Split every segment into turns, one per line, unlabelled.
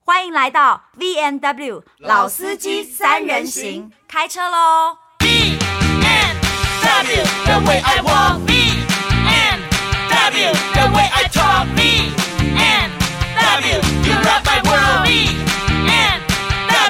欢迎来到 V N W 老司机三人行，开车喽！
B and W, the way I walk. B and W, the way I talk. B and W, you rock my world. B and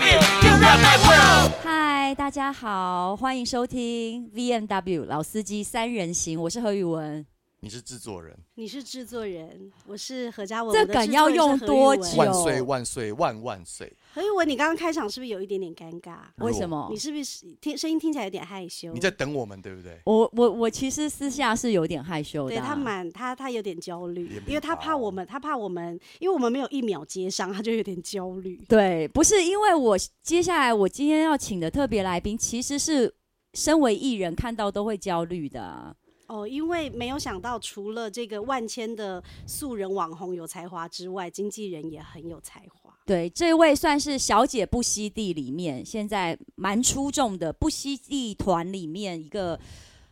W, you rock my world.
嗨，大家好，欢迎收听 V N W 老司机三人行，我是何宇文。
你是制作人，
你是制作人，我是何嘉文。
这
我的
梗
制
要
作人是
用
何
多
玉文
久
万岁万岁万万岁！
何玉文，你刚刚开场是不是有一点点尴尬？
为什么
你？是不是听声音听起来有点害羞？
你在等我们对不对？
我我我其实私下是有点害羞的
对
啊、
他蛮他他有点焦虑
也，没
因为他
吧
怕我们，他怕我们，因为我们没有一秒接上，他就有点焦虑。
对，不是因为我接下来我今天要请的特别来宾，其实是身为艺人看到都会焦虑的啊、
哦，因为没有想到，除了这个万千的素人网红有才华之外，经纪人也很有才华。
对，这位算是《小姐不惜地》里面现在蛮出众的不惜地团里面一个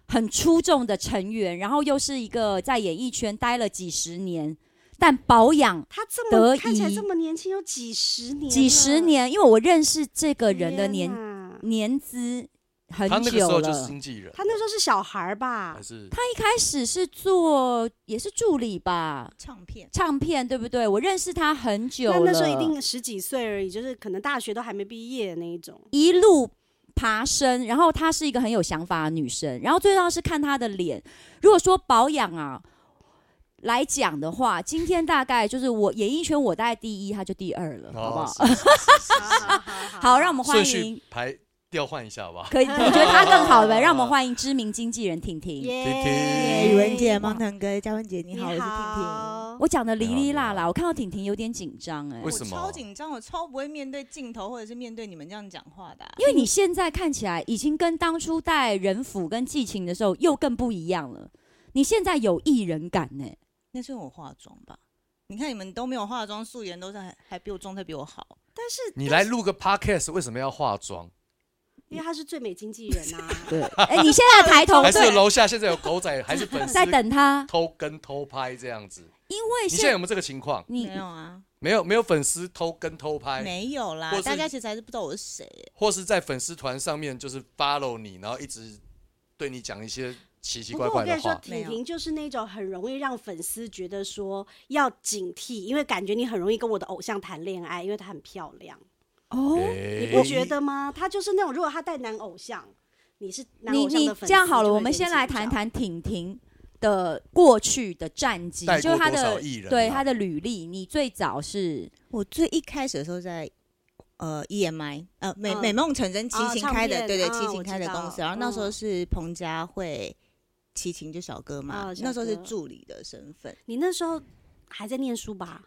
很出众的成员，然后又是一个在演艺圈待了几十年，但保养
他这
得
么看起来
意
这么年轻，有几十年了，
几十年，因为我认识这个人的
天
年
哪
年资很
他那个时
久
候就
了
是。经纪人，
他那时候是小孩儿吧
还？是
他一开始是做也是助理吧，
唱片。
唱片对不对？我认识他很久
那
了，
那时候一定十几岁而已，就是可能大学都还没毕业那一种。
一路爬升。然后她是一个很有想法的女生，然后最重要是看她的脸。如果说保养啊来讲的话，今天大概就是我演艺圈我大概第一，她就第二了，好不 好？
哦是是是是是
好，让我们欢
顺序
迎。
排调换一下吧。
可以，你觉得她更好呗？
好
让我们欢迎知名经纪人婷婷。
婷
哎，
婷
宇文姐、芒腾哥、嘉文姐，你好，我是婷婷。
好
我讲的哩哩
你好
啦
你
啦，
好
我看到婷婷有点紧张哎、
为
我
什么
超紧张，我超不会面对镜头或者是面对你们这样讲话的啊、
因为你现在看起来已经跟当初带人府跟季情的时候又更不一样了，你现在有艺人感呢、
那是因为我化妆吧？你看你们都没有化妆，素颜都是还还比我妆态比我好。
但是
你来录个 podcast，为什么要化妆？
因为他是最美经纪人啊呐、
对，哎、你现在的抬头
还是
对，
楼下现在有 狗仔，还是
嗯
粉丝
在等哎他，
偷跟偷拍这样子？
因为
你现在
现
有没有这个情况？
你
没有啊，
没有，没有粉丝偷跟偷拍，
没有啦
哎或，是
大家其实还是不知道我是谁。
或是在粉丝团上面就是 follow 你，然后一直对你讲一些奇奇
不
怪
过
怪
我跟
的
你说，
话。
没
婷
有
婷就是那种很容易让粉丝觉得说要警惕，因为感觉你很容易跟我的偶像谈恋爱，因为她很漂亮，
哦，
你
你不觉？得吗？她就是那种如果她带男偶像，你是男
你
偶像
你
的粉丝，
这样好
就
了，
会
我们
有点
先来
紧
谈
张。
谈婷婷的过去的战绩
带，过
就是她
多
的
少艺人
对
啊
她的履历。你最早是
我最一开始的时候在呃 EMI 呃美、
嗯
美梦成真齐
哦
秦
唱
开的，
片
对对，
嗯
齐
我
秦
知
开的公
道
司。然后那时候
嗯
是彭佳慧，齐秦就小哥嘛，
哦小
那时候是
哥
助理的身份。
你那时候还在念书吧？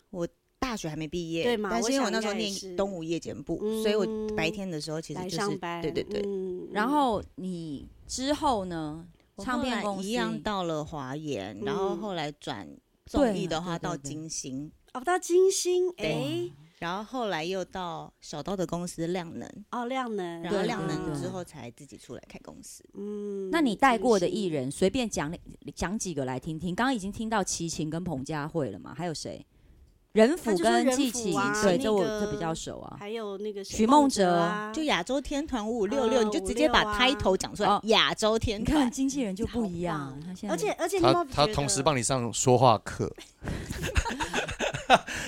大学还没毕业，
对嘛
但
我
是因为我
想
那
应
时候
该也
念
是
东吴夜间部，
嗯
所以我白天的时候其实
来
就是
上班，
对对对，
嗯
然后你之后呢？
我
唱片
后来
公司
一样到了华研，然后
嗯
后来转综艺
对
的话
对对
到
对
金星，
哦，到金星，哎，
然后后来又到小刀的公司量能，
哦，量能，
然后
对
量
对
能
对
之后才自己出来开公司。
嗯，
那你带过的
金
艺
星
人，随便讲讲几个来听听。刚刚已经听到齐秦跟彭佳慧了嘛，还有谁？任
那
甫
就是
跟
任
季
甫
秦，
啊
对，
那
这我
个
这比较熟啊。
还有那个谁
许
孟
梦哲
啊，
就亚洲天团五五六六，
啊
你就直接
556
把
啊
title 讲出来
哦，
亚洲天
你看
团。
经纪人就不
好
一样
棒，
他现在
而且而且你有没
他他
有觉
同时
得
帮你上说话课。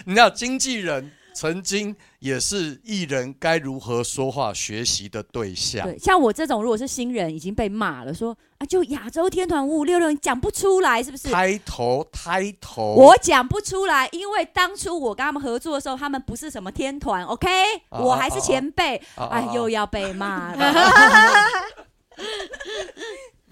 你知道经纪人曾经也是艺人该如何说话学习的对象。
对，像我这种如果是新人，已经被骂了，说啊，就亚洲天团五五六六，你讲不出来是不是？
开头，开头，啊
我讲不出来，因为当初我跟他们合作的时候，他们不是什么天团，OK，
哦
我还是前辈，
啊啊
哎
啊，
又要被骂 了。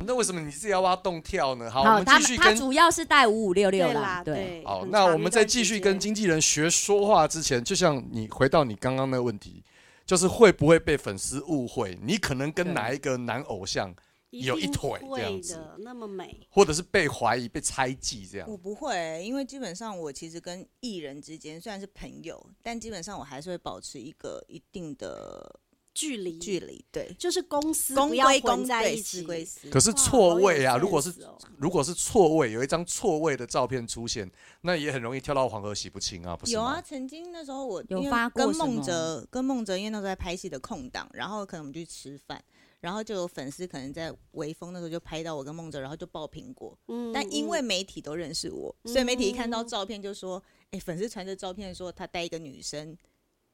那为什么你自己要挖洞跳呢？好，我
好，
们
他
继
们
续
他
跟
主要是带五五六六
对
啦
啦，，
对，
对，
好，
很
那
长
我
一
们
段
在
时
继续
间
跟经纪人学说话之前，就像你回到你刚刚那个问题，就是会不会被粉丝误会？你可能跟
对
哪一个男偶像，有一
定
腿这
会
样子
的那么美，
或者是被怀疑、被猜忌这样
我？不会、因为基本上我其实跟艺人之间虽然是朋友，但基本上我还是会保持一个一定的
距离，
距离对，
就是公司
公
不要
归
混
公，
在
对
一
私
起。
归私
可。是
哇
错位啊，
好有
如果是
sense 哦
如果是错位，有一张错位的照片出现，那也很容易跳到黄河洗不清啊，不是
有
吗？
啊，曾经那时候我
有
因为
发过
跟
什
孟
么
哲，跟孟哲，因为那时候在拍戏的空档，然后可能我们去吃饭，然后就有粉丝可能在微风那时候就拍到我跟孟哲，然后就爆苹果。
嗯
但因为媒体都认识我，所以媒体一看到
嗯
照片就说：“哎、粉丝传这照片说他带一个女生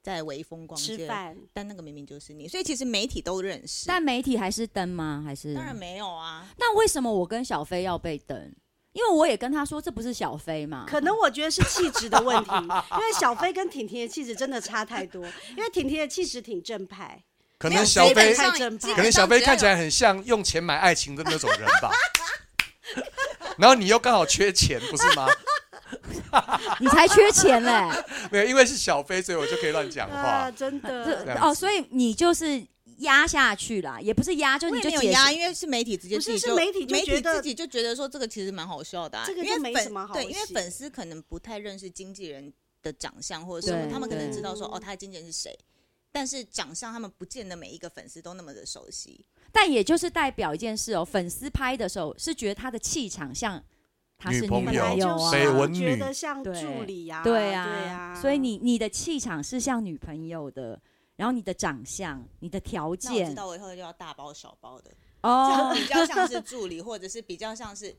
在微风
嗯
逛
吃
街，
饭，
但那个明明就是你。”所以其实媒体都认识，
但媒体还是登吗？还是
当然没有啊。
那为什么我跟小飞要被登？因为我也跟他说这不是小飞嘛。
可能我觉得是气质的问题，因为小飞跟婷婷的气质真的差太多。因为婷婷的气质挺正派，
可
没
能
有
小
基本
飞，
上
太正派
基
可
本
能
上
小飞
只要
看起来
有
很像用钱买爱情的那种人吧。 然后你又刚好缺钱，不是吗？
你才缺钱 嘞、
没有，因为是小飞，所以我就可以乱讲
啊，
话。
真的。
这
这
样
哦，
子
所以你就是压下去啦，也不是压，就
我
你就
也没有
解释
压，因为是媒体直接
不
自
是
己
是
就
媒体就
媒
觉
体
得
自己就觉得说这个其实蛮好笑的、啊，
这个
因
就
为
没
粉
什么好
对，因为
戏
粉丝可能不太认识经纪人的长相或者什么，
对
他们可能
对
知道说哦，
嗯
他的经纪人是谁。但是长相，他们不见得每一个粉丝都那么的熟悉。
但也就是代表一件事哦，粉丝拍的时候是觉得他的气场像他是
女朋
女
本
友
来
朋
就
友
是
啊，
绯闻
觉
女
得像
对
助理啊，
对
啊，
啊，
对
所以你你的气场是像女朋友的，然后你的长相、你的条
那我知
件
道，我以后就要大包小包的，
哦，
比 较像是助理，或者是比较像是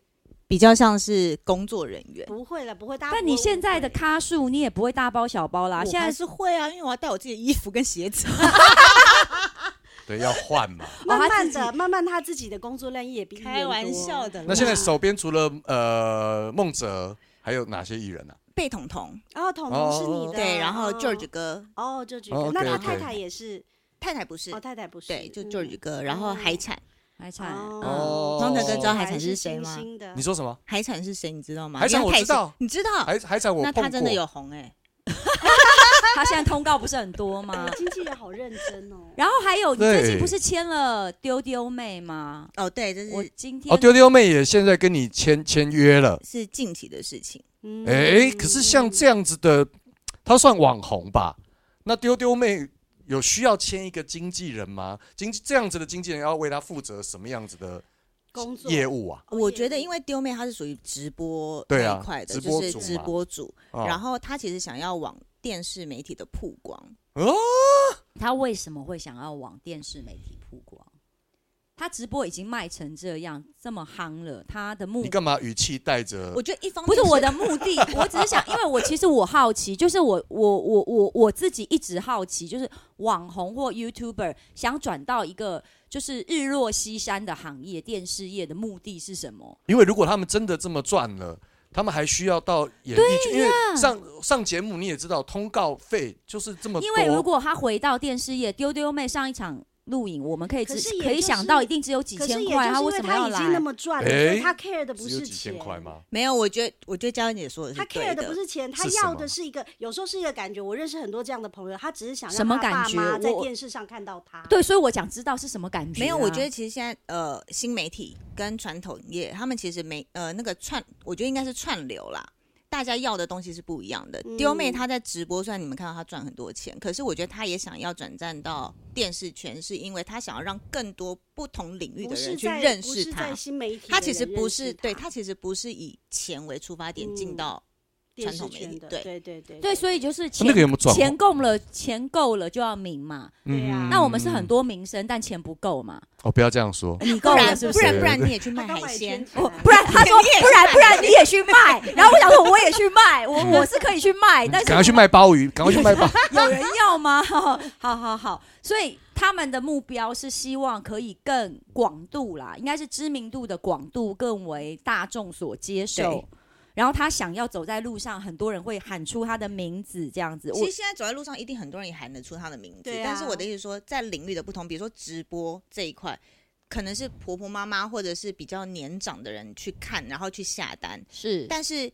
比较像是工作人员。
不会了，不会。大家
但
不会
你现在的
误会
咖数你也不会大包小包啦，
我
现在
还是会啊，因为我要带我自己的衣服跟鞋子。
对，要换嘛。
哦
慢
他
慢
自己
的、慢慢他自己的工作量也比艺人
开玩
多
笑的啦
那现在手边除了呃孟哲，还有哪些艺人啊？
贝彤彤
然后彤彤是你
哦
的，
对，然后
哦
George 哥
哦，George，
哦
哥那他
OK，OK
太太也是，
太太不是
哦，，太太不是，
对，就
嗯
George 哥，然后海产。
还惨
嗯
哦
通常哥知道
哦
海产是谁吗
还新的
你说什么？
海产是谁？你知道吗？
海产
因为他
我知道
也是，你知道？
海海产我
哦那
碰过，
他真的有红哎，
他现在通告不是很多 吗？
哦经纪人好认真 哦。
然后还有你最近
对
不是签了丢丢妹吗？
哦，对，这
我
是
今天
哦，丢丢妹也现在跟你签签约了。
是近期的事情。
嗯
哎、可是像这样子的，她算网红吧？那丢丢妹有需要签一个经纪人吗？经这样子的经纪人要为她负责什么样子的
工作
业，务啊？
我觉得，因为丢妹她是属于直播
对
那
啊
一块的，
直
就
播
是
主
直
嘛
播主，
哦
然后她其实想要往电视媒体的曝光，
哦，
他为什么会想要往电视媒体曝光？他直播已经卖成这样，这么夯了，他的目
你干嘛语气带着
我？觉得一方
不
面
是我的目 的，我只是想，因为我其实我好奇，就是我我我我我自己一直好奇，就是网红或 YouTuber 想转到一个就是日落西山的行业，电视业的目的是什么？
因为如果他们真的这么赚了，他们还需要到演艺圈，因为上上节目你也知道，通告费就是这么多。
因为如果他回到电视业，丢丢妹上一场录影，我们可以只
可是也
可以
就是
想到一定只有几
可是
千
也
块，
就是因
为
为
什么要
他已经那
来？
么赚了，
哎
所以他 care 的不
只有
是
几千块吗？
没有，我觉得我觉得佳姐说的是
他
对
care 的不是钱，他
是什
要
么
的是一个，有时候是一个感觉。我认识很多这样的朋友，他只是想
什
让
么
他
感
爸
觉
妈在
我
电视上看到他。
对，所以我想知道是什么感觉啊、
没有，我觉得其实现在呃，新媒体跟传统业，他们其实没呃那个串，我觉得应该是串流啦。大家要的东西是不一样的。
嗯
丢妹她在直播，虽然你们看到她赚很多钱，可是我觉得她也想要转战到电视圈，是因为她想要让更多不同领域
不
的
是
人去
在
认
不
识
是
她
在。新媒体的人认识他，
她其实不是，对她其实不是以钱为出发点进
嗯
到
电
传
视
统媒
圈
体
的，
对
对对对
对，所以就是钱
那个有没有赚？
钱够了，钱够了就要名嘛。
对啊
那我们是
嗯
很多名声，但钱不够嘛。
哦，不要这样说。
你
不
够了
然
是不
不
是？
然不然你也去
他
卖
刚
海
买
鲜哦
圈，起
我
来
不然他说不然不然你也去卖，然后我想说我也去卖，
嗯
我我是可以去卖，哎但
赶快去
是
卖鲍鱼，赶快去卖鲍。
有人要吗？好好好，所以他们的目标是希望可以更广度啦，应该是知名度的广度更为大众所接受
对。
然后他想要走在路上，很多人会喊出他的名字，这样子。
其
我
实现在走在路上，一定很多人也喊得出他的名字。
对啊
但是我的意思说，在领域的不同，比如说直播这一块，可能是婆婆妈妈或者是比较年长的人去看，然后去下单。
是
但是，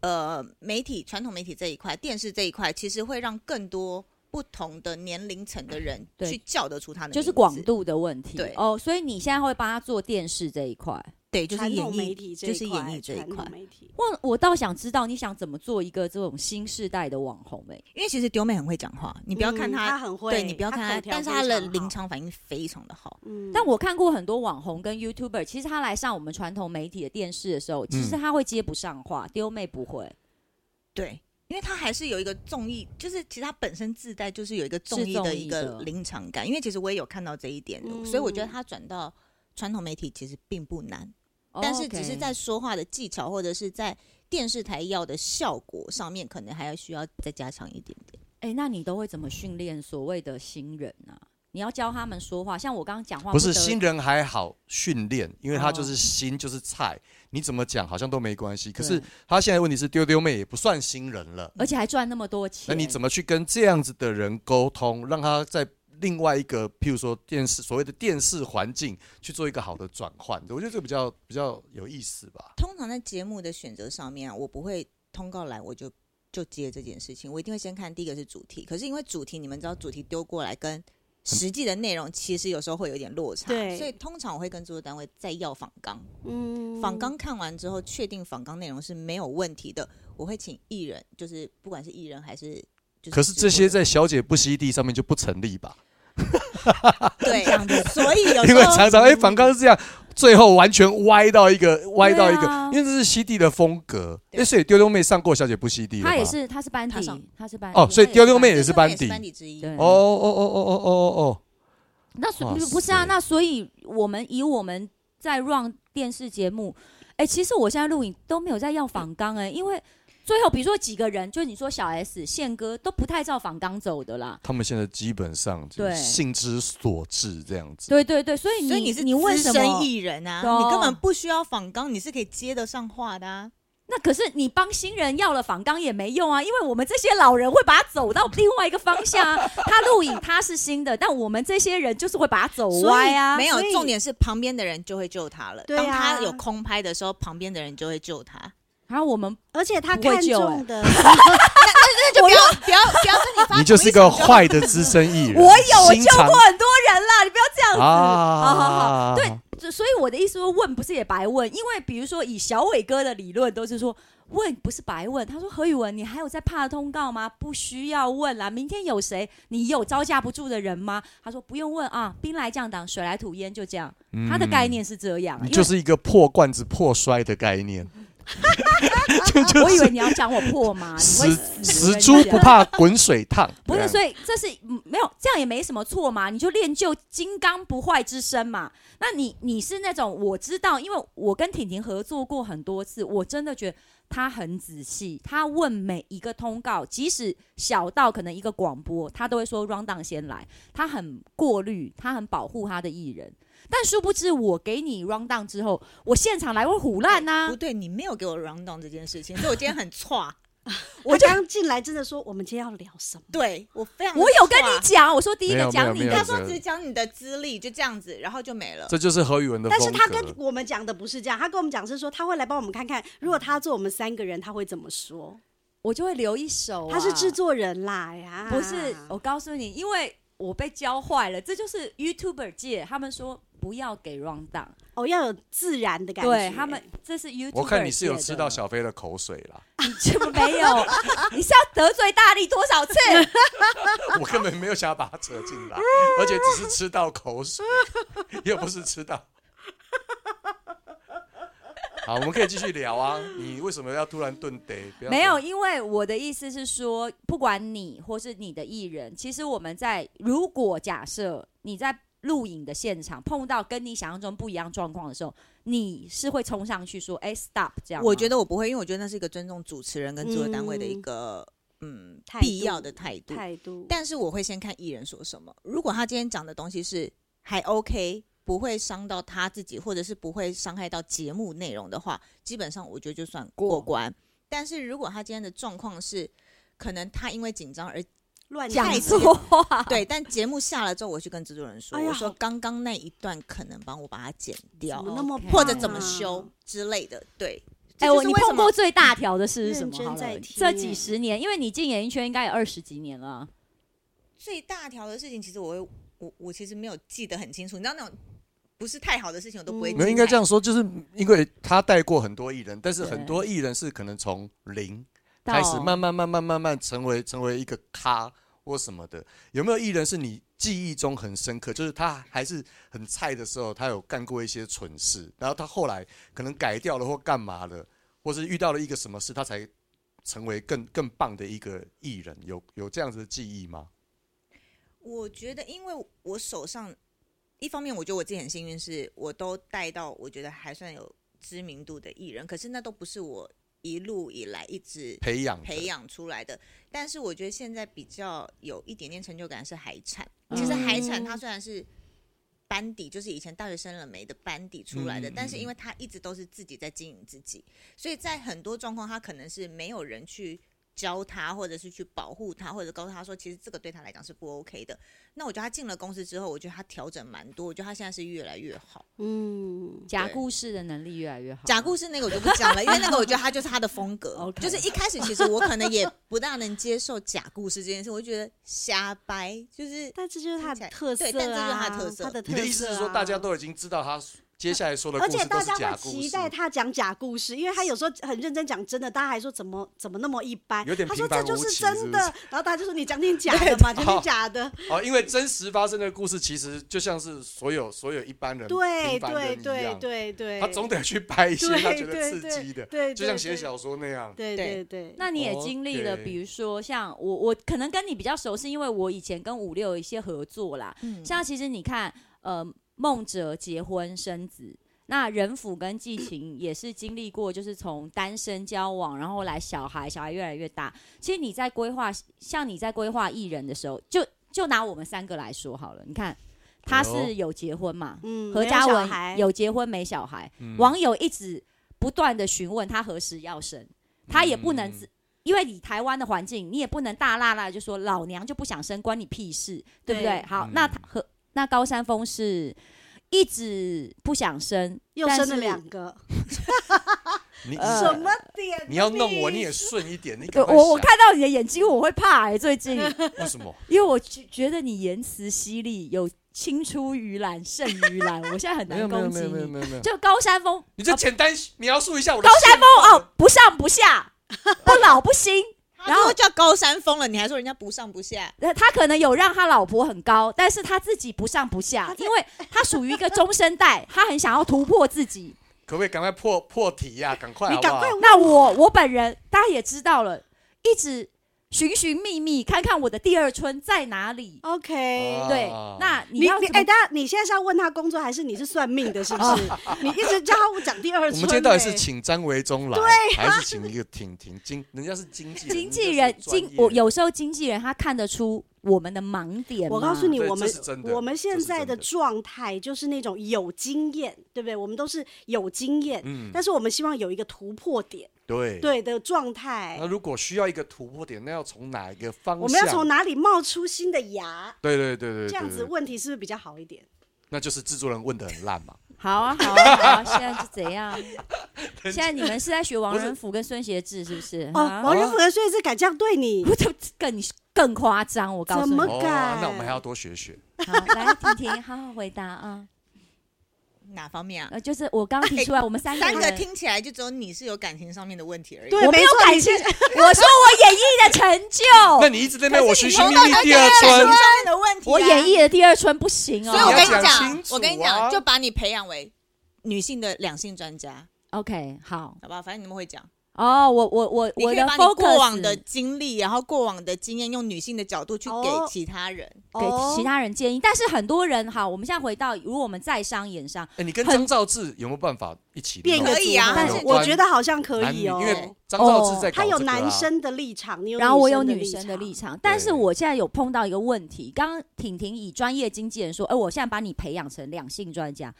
呃，媒体传统媒体这一块，电视这一块，其实会让更多不同的年龄层的人
对
去叫得出他的名字，
就是广度的问题。
对
哦，所以你现在会帮他做电视这一块，
对，就是
传
演
统媒
艺，
体这
就是演艺
艺
这一块。
媒体
我我倒想知道你想怎么做一个这种新世代的网红哎、
因为其实丢妹很会讲话，你
你
不要看
他
她，
很嗯会，
对你不要看
他
她，
口条
但是
非
她的
常
临
好，
场反应非常的好。
嗯
但我看过很多网红跟 YouTuber，其实他来上我们传统媒体的电视的时候，其
嗯
实他会接不上话，丢妹不会，
对，因为他还是有一个综艺，就是其实他本身自带就是有一个综艺
是综
的
艺
一个
的
临场感。因为其实我也有看到这一点，
嗯
所以我觉得他转到传统媒体其实并不难，但是只是
哦 OK
在说话的技巧或者是在电视台要的效果上面，可能还要需要再加强一点点。
哎、那你都会怎么训练所谓的新人啊？你要教他们说话，像我刚刚讲话
不是
得
新人还好训练，因为他
哦
就是新就是菜，你怎么讲好像都没关系。可
对
是他现在问题是丢丢妹也不算新人了，
而且还赚那么多钱，
那你怎
么
么去跟这样子的人沟通，让他在另外一个譬如说电视所谓的电视环境去做一个好的转换？我觉得这个比较比较有意思吧。
通常在节目的选择上面啊，我不会通告来我就。就接这件事情，我一定会先看第一个是主题。可是因为主题，你们知道，主题丢过来跟实际的内容其实有时候会有一点落差，
对
所以通常我会跟制作单位再要访纲。
嗯
访纲看完之后，确定访纲内容是没有问题的，我会请艺人，就是不管是艺人还是就是制作人，
可是这些在小姐不惜地上面就不成立吧？
对，所以有
因
时
为
候
常常哎，反刚是这样，最后完全歪到一个歪到一
对啊
个，因为这是西地的风格。
对
哎，所以丢丢妹上过小姐不西地了吧，
他也是他是班
他上
底，他是班
哦
底
所以
他也
丢
是
丢
班
妹
底
也是班
班
底
班底之一，
对
哦哦哦哦哦哦哦，
那所
哇
不是啊？
塞
那所以我们以我们在 run 电视节目，哎、其实我现在录影都没有在要仿纲哎、因为最后比如说几个人，就你说小 S、宪哥都不太照仿纲走的啦。
他们现在基本上就是
对
性之所至这样子。
对对对，所以你
所以你是
你为什
资深
么？
艺人啊？
对
你根本不需要访纲，你是可以接得上话的啊。
那可是你帮新人要了仿纲也没用啊，因为我们这些老人会把它走到另外一个方向、 啊。他录影他是新的，但我们这些人就是会把它走歪啊。
没有
所以
重点是旁边的人就会救他了。
对啊
当他有空拍的时候，旁边的人就会救他。
然后我们
而且他
不会
看
救
哎
中的，
那就不要不要不要跟你发同一场就好，
你就是个坏的资深艺人。
我有我
心
救
肠
过很多人啦，你不要这样子。
啊
好好好，对，就所以我的意思说问不是也白问，因为比如说以小伟哥的理论都是说问不是白问，他说何宇文你还有在怕的通告吗？不需要问啦，明天有谁你有招架不住的人吗？他说不用问啊，兵来将挡，水来土掩，就这样，他的概念是这样，
你
因为
嗯就是一个破罐子破摔的概 念，
我以为你要讲我破嘛，你会
死
死
死
人
猪
家
不怕滚水烫。 啊
不是，
以
所以这是嗯没有这样也没什么错嘛，你就练就金刚不坏之身嘛。那你你是那种我知道，因为我跟婷婷合作过很多次，我真的觉得她很仔细，她问每一个通告，即使小到可能一个广播，她都会说 round down 先来，她很过滤，她很保护她的艺人。但殊不知，我给你 round down 之后，我现场来会虎烂呐、
啊不对，你没有给我 round down 这件事情，所以我今天很错。
我刚进来真的说，我们今天要聊什么？
对我非常，
我有跟你。讲，我说第一
没
个
有
讲你
没有没
他
有
的，
说只讲你的资历，就这样子，然后就没了。
这就是何宇文的
但
风
是
格。
他跟我们讲的不是这样，他跟我们讲是说他会来帮我们看看，如果他做我们三个人，他会怎么说？
我就会留一手、啊。
他是制作人啦呀，
不是，
啊
我告诉你，因为我被教坏了，这就是 YouTuber 界他们说不要给 round down，
哦，要有自然的感觉。
对他们这是 YouTuber。
我看你是有吃 到，小飞的口水啦，
你这么没有，你是要得罪大力多少次？
我根本没有想要把他扯进来，而且只是吃到口水，又不是吃到。好，我们可以继续聊啊。你为什么要突然顿得？不要
没有，因为我的意思是说，不管你或是你的艺人，其实我们在如果假设你在录影的现场碰到跟你想象中不一样状况的时候，你是会冲上去说：“哎、s t o p 这
啊
样吗。”
我觉
得
得我不会，因为我觉得那是一个尊重主持人跟制作单位的一个嗯
态度
必要的态度。
态度，
但是我会先看艺人说什么。如果他今天讲的东西是还 OK，不会伤到他自己，或者是不会伤害到节目内容的话，基本上我觉得就算过关。但是如果他今天的状况是，可能他因为紧张而
乱
讲
态
错
度。
话，
对，但节目下了之后，我去跟制作人说，
哎呀
我说刚刚那一段可能帮我把它剪掉
怎，么那么
，OK
或者怎么
棒啊
修之类的。对，这
哎、
就
我
是
你
为什
碰
么
过最大条的事是什
认
么？
真
好
在
了，
听
这
耶
几十年，因为你进演艺圈应该有二十几年了啊。
最大条的事情，其实我会，我我其实没有记得很清楚。你知道那种不是太好的事情，我都不会
嗯
进
没
来。
有应该这样说，就是因为他带过很多艺人，但是很多艺人是可能从零开始，
到
慢慢慢慢慢慢成为成为一个咖或什么的。有没有艺人是你记忆中很深刻，就是他还是很菜的时候，他有干过一些蠢事，然后他后来可能改掉了或干嘛了，或是遇到了一个什么事，他才成为更更棒的一个艺人。有有这样子的记忆吗？
我觉得，因为我手上一方面，我觉得我自己很幸运，是我都带到我觉得还算有知名度的艺人，可是那都不是我一路以来一直
培养的
培养出来的。但是我觉得现在比较有一点点成就感是海产，其实海
嗯
产它虽然是。班底就是以前大学生了没的班底出来
嗯
的，
嗯
但是因为他一直都是自己在经营自己，所以在很多状况他可能是没有人去教他，或者是去保护他，或者告诉他说，其实这个对他来讲是不 OK 的。那我觉得他进了公司之后，我觉得他调整蛮多，我觉得他现在是越来越好。
嗯，
假
对
故事的能力越来越好。
假故事那个我就不讲了，因为那个我觉得他就是他的风格
OK，
就是一开始其实我可能也不大能接受假故事这件事，我就觉得瞎掰，就是
但这就是他的特色、啊，
对但这就是他的特色
他的特
你
色、啊。
的意思是说，大家都已经知道他接下来说的
而
故
且
事都
大
是
家
假
会
故
期
事？
待他讲假故事，因为他有时候很认真讲真的，大家还说怎么怎么那么一般。
有点
他
平
说这
凡
就
无奇
真的，
是
然后大家就说你讲点假的嘛，讲点假的。
哦，因为真实发生的故事，其实就像是所有所有一般人、
对
平凡人
对
一
对
样，
对对，
他总得去拍一些
对
他觉得
对
刺
对
激的，
对，
就像
对
写。小说那样。
对对对对，
那你也经历了，
OK
比如说像我，我可能跟你比较熟，是因为我以前跟五六有一些合作啦。
嗯
像其实你看，呃，梦哲结婚生子，那仁甫跟季晴也是经历过，就是从单身交往，然后来小孩，小孩越来越大。其实你在规划，像你在规划艺人的时候，就就拿我们三个来说好了，你看他
哎
是有结婚嘛，
嗯，
何
没有
嘉
小
文
孩
有结婚没小孩，
嗯
网友一直不断的询问他何时要生，他也不能
嗯
自。因为你台湾的环境，你也不能大辣辣地就说老娘就不想生，关你屁事，对不对？
对
好，
嗯
那他和那高山峰是一直不想生，
又
但
生了
是
两个，
你
呃
什么点？
你要弄我，你也顺一点。你
对
赶快
我我
想
看到你的眼睛我会怕哎、最 近，
为什么？
因为我觉觉得你言辞犀利，有青出于蓝胜于蓝，我现在很
没有
难
没有
攻击
没有没有
你。
没有没有，
就高山峰哦
你就简单描述一下我的
高山
现
峰
况
哦，，不上不 下，不老不新。
然后叫高山峰了，你还说人家不上不下，
呃，他可能有让他老婆很高，但是他自己不上不下
他，在
因为他属于一个中生代，他很想要突破自 己。
可不可以赶快破破题呀？赶快好
你
不
赶
好
快？
那我我本人大家也知道了，一直寻寻觅觅，看看我的第二春在哪里。
OK。
啊
对，那你
你
要
哦你
怎么
哎，大家，你现在是要问他工作，还是你是算命的？是不是？
哦
你一直叫他讲第二
我们
春。
今天到底
哎
是请张维忠来， 还是请一个婷婷经？人家是经纪人
经纪
人
人
家是专业
经我有时候经纪人他看得出我们的盲点嘛。
我告诉你，
对
我们
这是真的
我们现
这
在
是
的
真的
状态就是那种有经验，对不对？我们都是有经验，
嗯
但是我们希望有一个突破点，
对。
对的状态
那。如果需要一个突破点，那要从哪一个方向？
哎我们要从哪里冒出新的芽？
对对对对，
这样
对
子
对
问题是不是比较好一点？
那就是制作人问的很烂嘛。
好啊，好啊，好啊，现在是怎 样？现在你们是在学王仁甫跟孙协志是不是？
哦，
啊
王仁甫的岁是敢这样对你，
我就更更夸张，我告诉
怎
你
么。
哦，
敢
那我们还要多学学。
好，来婷婷好好回答啊。
哪方面啊？
呃，就是我刚提出来，我们三个
哎三
人
个听起来就只有你是有感情上面的问题而已。
对
我没有感 情，我说我演绎的成
那
哦
就，
你一直在那边我寻寻觅
从头到
觅第二
感情
春
上，面的问题啊、
我演绎的第二春不行哦。
所以我跟你
你要讲清
讲，
楚啊
我跟你讲，就把你培养为女性的两性专家，
OK 好
好不好？反正你们会讲，
哦，我我我
你可
我
以
的
把你过往
focus
的经历，然后过往的经验，用女性的角度去给
哦
其他人。
给其
他
他人建议，但是很多人好，我们现在回到如果我们在商言商，
哎，你跟
很
张兆志有没有办法一起
变一个
弄
可以啊
组合
但是
我觉得好像可
男女
以
因为
哦。
张兆志在搞
他有
这个啊
男，生的立场，你有
然后我有
女
女
生
生的立
立场，
场，但是
对
我现在有碰到一个问题，刚刚婷婷以专业经纪人说，哎、我现在把你培养成两性专家，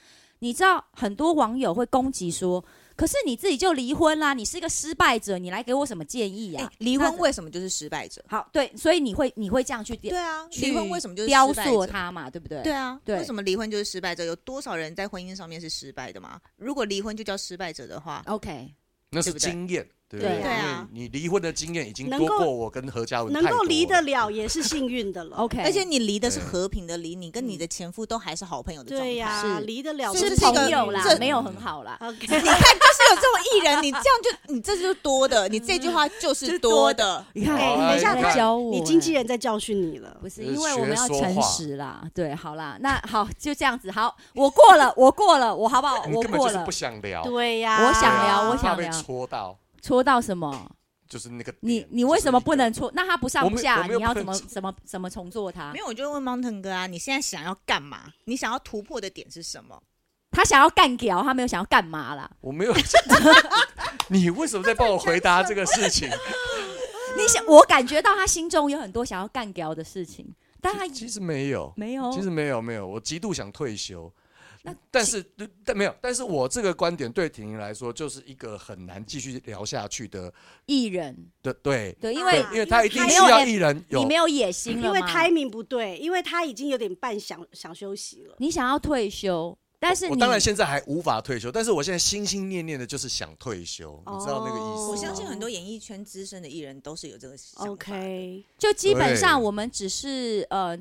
你知道很多网友会攻击说，可是你自己就离婚啦，你是个失败者，你来给我什么建议
哎
啊？
离
那
婚为什么就是失败者？
好，对，所以你会你会这样去雕
哎对啊，
去
离婚为什么就是
雕
失败
塑
者？
他嘛，对不对？
对啊，
对
为什么离婚就是失败者？有多少人在婚姻上面是失败的嘛？如果离婚就叫失败者的话，
，OK，
那是
对不对
经验，对不对？
对
对啊
因为你离婚的经验已经
能
多
够
过我跟何嘉文
能
太
够
多
离得
了
了也是幸运的了。
OK，
而且你离的是和平的离，你跟
嗯
你的前夫都还是好朋友的状态。
对呀、
是
离得了
就
这
是
是一个
朋友啦
这，
没有很好啦。
OK，哎
你看，就是有这种艺人，你这样就你这就是多的，你这句话嗯就是多的。
你看，
哎
你
啊
等一下
在
他
教我，
你经纪人在教训你了
不。是，
就是
因为我们
学
要
说
诚
话
实啦。对，好啦，那好，就这样子。好，我过了，我过了，我好不好？
哎你
我
根本就
过
是
了
不。想聊，
对呀、
我想
对啊
聊我
怕
想
被
聊
戳到，
戳到什么？
就是那个
你
点
你为什么不？能
哎就是
戳？那他不上
我
不
们我
下，
们
你
又
要
不
怎么
能
怎么怎么重做他
没？有，我就问 Mountain 哥啊，你现在想要干嘛？你想要突破的点是什么？
他想要干掉，他没有想要干嘛啦？
我没有， 你为什么在帮我回答这个事情？
你想，我感觉到他心中有很多想要干掉的事情，但他
其实没有，
没有。
其实没有没有，我极度想退休
那。
但是，但没有，但是我这个观点对婷婷来说，就是一个很难继续聊下去的
艺人
的，对，
对，因
啊
为
对，因为他一定
没
需
有
要
M-
艺人有
你没有野心
因
了
为
嘛。
timing 不对，因为他已经有点半想想休息了。
你想要退休，但是
我
你
当然现在还无法退休，但是我现在心心念念的就是想退休，
哦
你知道那个意思吗？
我
我相信很多演艺圈资深的艺人都是有这个想法。
OK，
就基本上
对
我们只是呃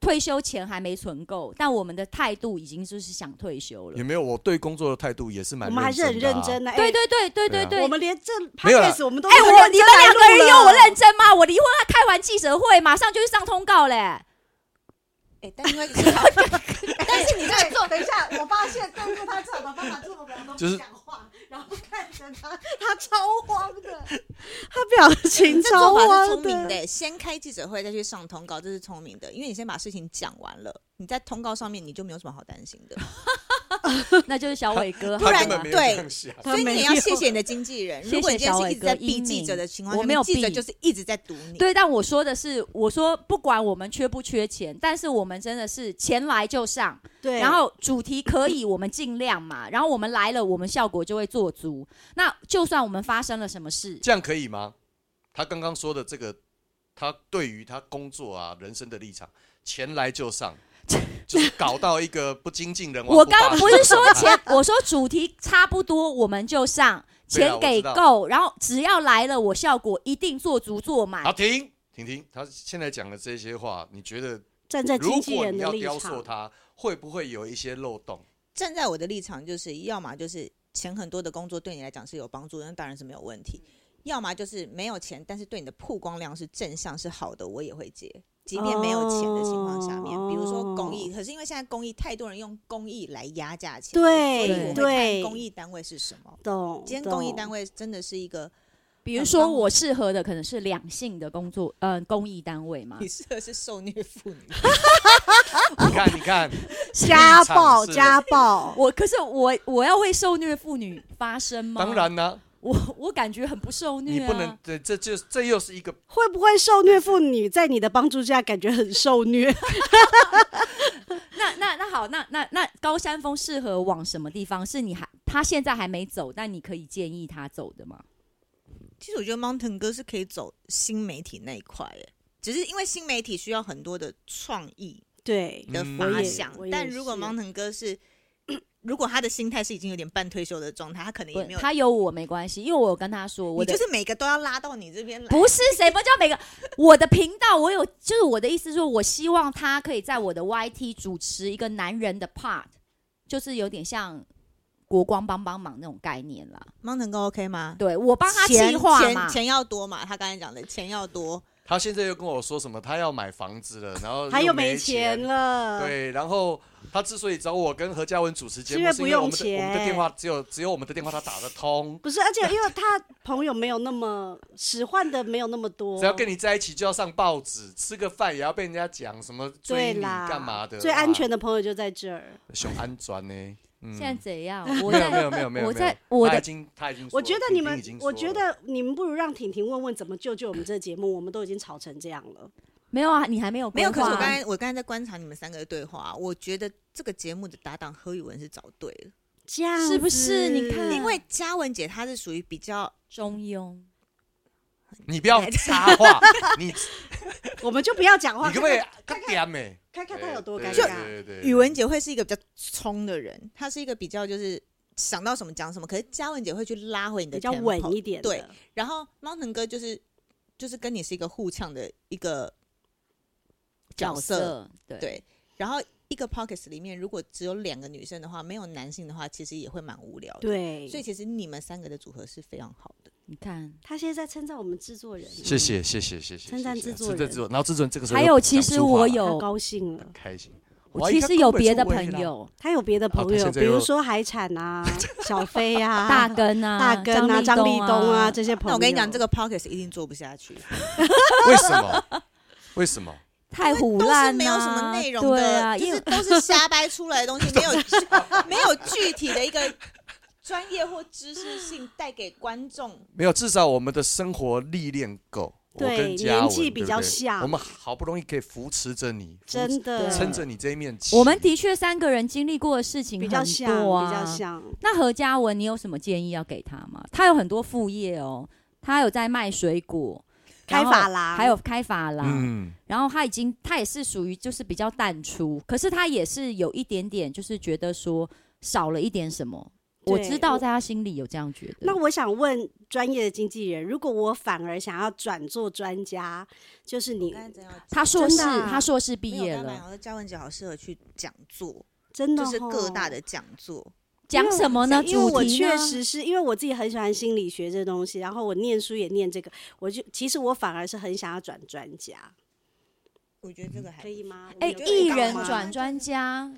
退休前还没存够，但我们的态度已经就是想退休
也
了。
没有，我对工作的态度也 是蛮、
我
认
们还是很
真的啊
认真的、哎
对对对对对
对啊
对，
我们连这
没有啦
podcast 我们都
哎、
很
我
认
你
真
们
在
两
录
个人有
了
我认真吗？我离婚，他开完记者会，马上就去上通告嘞、
哎，但 因为但是你在做，
哎等一下，我发现照顾他最好的方法是我们俩都
就是
讲话，然后看着他，他超慌的，他表情
这做
超
法是
慌
聪明的，先开记者会再去上通告，这是聪明的，因为你先把事情讲完了，你在通告上面你就没有什么好担心的。
那就是小伟哥，
不
他
然
啊根本没有
对
这样想。
他
所以你
没
也要
有
谢谢你的经纪人。
谢谢
如果你今天
小
是
伟
一直在
哥
避
英
记者
明
的情况
我
下，
没有
记者
避
就是一直在堵你。
对，但我说的是，我说不管我们缺不缺钱，但是我们真的是钱来就上，
对，
然后主题可以，我们尽量嘛。然后我们来了，我们效果就会做足。那就算我们发生了什么事，
这样可以吗？他刚刚说的这个，他对于他工作啊、人生的立场，钱来就上，就是搞到一个不精进人亡。
我刚不
不
是
罢休
说 钱， 我说主题差不多我们就上，
对啊
钱给够，然后只要来了，我效果一定做足做满
好，。停婷婷，他现在讲的这些话，你觉得
站在
如
经纪
果
人
你
的
要
立
雕塑
场，
他，会不会有一些漏洞？
站在我的立场，就是要么就是钱很多的工作对你来讲是有帮助，那当然是没有问题；要么就是没有钱，但是对你的曝光量是正向是好的，我也会接。即便没有钱的情况下面，比如说公益，可是因为现在公益太多人用公益来压价钱，
对
所以我会
对
看公益单位是什么。
懂？
今天公益单
位
位真的是一个，
比如说，我适合的可能是两性的工作，嗯、公益单位嘛
你。适合是受虐妇女，
你看，你看，
家
立场
暴
是
家暴，
我可是我，我要为受虐妇女发声吗？
当，然啦、
我我感觉很不受
你
虐、啊。
不能，对，这就这又是一个
会不会受虐妇女在你的帮助下感觉很受虐？
那那那好，那那那高山峰适合往什么地方？是你还他现在还没走，但你可以建议他走的吗？
其实我觉得 Mountain 哥是可以走新媒体那一块，哎，只是因为新媒体需要很多的创意
对，
的
嗯
我
发
也
想
我。也
但如果
是
Mountain 哥是，如果他的心态是已经有点半退休的状态，他可能
不
也没有。
他有我没关系，因为我有跟他说，我
你
的
就是每个都要拉到你这边 来。
不是谁不叫每个我的频道，我有就是我的意思是说，我希望他可以在我的 YT 主持一个男人的 part，就是有点像国光帮帮忙那种概念啦。
Mountain 哥 OK 吗？
对我帮他
钱
计划嘛
钱，钱要多嘛？他刚才讲的钱要多，
他现在又跟我说什么，他要买房子了，然后
他又
没
没钱
了。
了，，
对，然后他之所以找我跟何嘉文主持节
嗯是
目，
因为
是
不
因为
用
我们的我们的
钱
电话只有只有我们的电话他打得通，
不是，而且因为他朋友没有那么使唤的没有那么多，
只要跟你在一起就要上报纸，吃个饭也要被人家讲什么追
对
你
啦，
干嘛的，
最
哇
安全的朋友就在这儿。
熊安专呢？嗯
现在怎样？我
没有没
在
有没有没有，
我
哎没有
在我
他
的
已经他已经说了，
我觉得
婷
你
婷
们
已经，
我
说
觉
了
得你们不如让婷婷问问怎么救救我们这个节目，我们都已经吵成这样了。
没有啊，你还没有
没有。可
规划
是我
啊
刚才我刚才在观察你们三个的对话啊，我觉得这个节目的搭档何宇文是找对了，
这样
是不是
子
你看
因为嘉文姐她是属于比较
中庸。
你不要
哎
插 话，你你
我们就不要讲话，
可不
看
可以
看
干点美？
看看他有多尴
对
尬。
对对对，
宇文姐会是一个比较冲的人，她是一个比较就是想到什么讲什么，可是嘉文姐会去拉回你的
比较
tempo
稳一点的，
对然后猫腾哥就是就是跟你是一个互呛的一个角色，
对
对。然后一个 pockets 里面如果只有两个女生的话，没有男性的话，其实也会蛮无聊的。，
对，
所以其实你们三个的组合是非常好的。
你看，
他现在在称赞我们制作人，
谢谢谢谢谢谢，
称赞
谢谢
制作
称
人
赞制作人然后制作人这个时候
还
又
有其
讲
实
出话
我
来
他
有，
高兴了。
开心，
我其实有别的朋友，
他有别的朋
啊他
友，
现在
比
又
如说海产 啊、小飞啊、
大根啊、
大根啊、张立
立
东
啊
啊这些朋友。
那我跟你讲，这个 pockets 一定做不下去，
为什么？为什么？
太
都
胡
是
烂
没有什
啊
么内容
对
的，
啊，
就
因
是
为
都是瞎掰出来的东 西，没有没有具体的一个专业或知识性带给观众。
没有，至少我们的生活历练够。我
对
跟嘉文
年纪比
对不
较
对
像
我们好不容易可以扶持着你，扶持
真的
撑着你这一面旗。
我们的确三个人经历过的事情
比
很
较像，
多啊，
比较像。
那何嘉文，你有什么建议要给他吗？他有很多副业哦，他有在卖水果，
开
然后
发廊
还有开发廊，
嗯，
然后他已经他也是属于就是比较淡出，可是他也是有一点点就是觉得说少了一点什么。
对
我知道在他心里有这样觉得。
那我想问专业的经纪人，如果我反而想要转做专家，就是你
他硕士，
真的啊
他硕士毕
没
业
有，我
啊
了，
说嘉文姐好适合去讲座，
真的哦
就是
吼
各大的讲座。
讲什么呢？
因为
主
我
题呢
确实是因为我自己很喜欢心理学这东西，然后我念书也念这个，我就其实我反而是很想要转专家，
我觉得这个还
嗯可以吗？
哎，
我们有
艺
遇到啊
人
吗
转专家，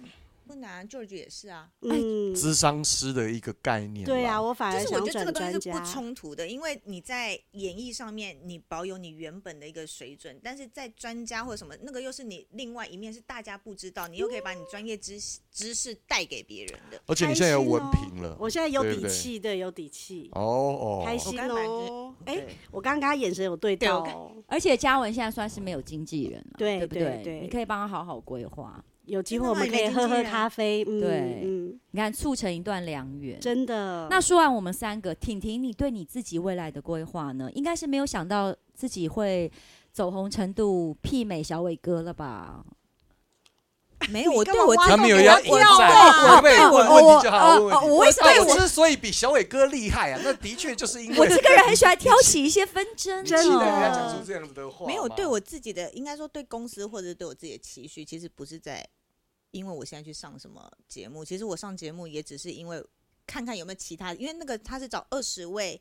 不难，George 也是啊。
嗯，
智商师的一个概念。
对啊，，我反
就
而
是
想
我觉得这
转
个东
专
西是
家
不。冲突的，因为你在演艺上面你保有你原本的一个水准，但是在专家或者什么那个又是你另外一面，是大家不知道，你又可以把你专业知识知识带给别人的。
而 且你现在有文
哦
凭了。
我现在有
对不
底
对
气，对，有底气，
哦哦，
开心
我刚才
哦。哎，
对，
我刚刚跟他眼神有对
对
到
我看
哦，
而且嘉文现在算是没有经纪人了，
对
不
对对
你可以帮他好好规划，
有机
真
会
的
我
吗
们
你
可
没
以
经
喝
纪
喝
人
咖啡。嗯
对
嗯，
你看促成一段良缘。
真的。
那说完我们三个，婷婷，你对你自己未来的规划呢？应该是没有想到自己会走红程度媲美小伟哥了吧？
没有，我
干
对
嘛
我
挖
自
他
己
没有
我
要
我
引战，我被问问题就好好问问题。
我为什么
对，我
我
之所以比小伟哥厉害啊，那的确就是因 为
我这个人很喜欢挑起一些纷争，哦
你
真
期
的
待人家讲出这样子的话吗，
没有对我自己的，应该说对公司或者对我自己的期许，其实不是在因为我现在去上什么节目，其实我上节目也只是因为看看有没有其他，因为那个他是找二十位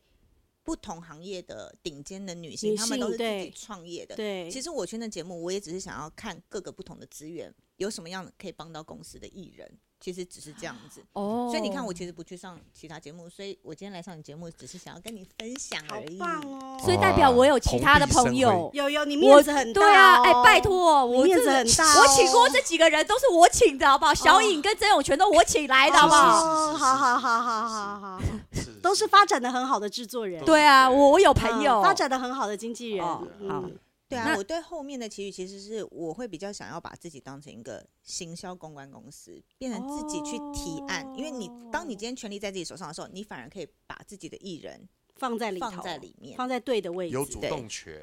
不同行业的顶尖的女性，
女
她们
性
都是自
对
己创业的。
对，
其实我去那节目，我也只是想要看各个不同的资源有什么样可以帮到公司的艺人，其实只是这样子。
哦
所以你看，我其实不去上其他节目，所以我今天来上你节目，只是想要跟你分享
好
而已。
棒哦！
所以代表我有其他的朋友。
有有，你
我
面子很大、哦。
对啊，哎，拜，托，
你
我
面
真
子
的
很大、哦。
我请过这几个人都是我请的，好不好？小颖跟曾勇全都我请来的，好不好？
是是
哦
是是是是
好好好好好好，
是
都是发展的很好的制作人，
对啊，我我有朋
嗯
友
发展的很好的经纪人。
哦好
嗯，
对啊，
那
我对后面的期许其实是我会比较想要把自己当成一个行销公关公司，变成自己去提案，因为你当你今天权力在自己手上的时候，你反而可以把自己的艺人
放在里头，
放在里面。
放在对的位置。
有主动权，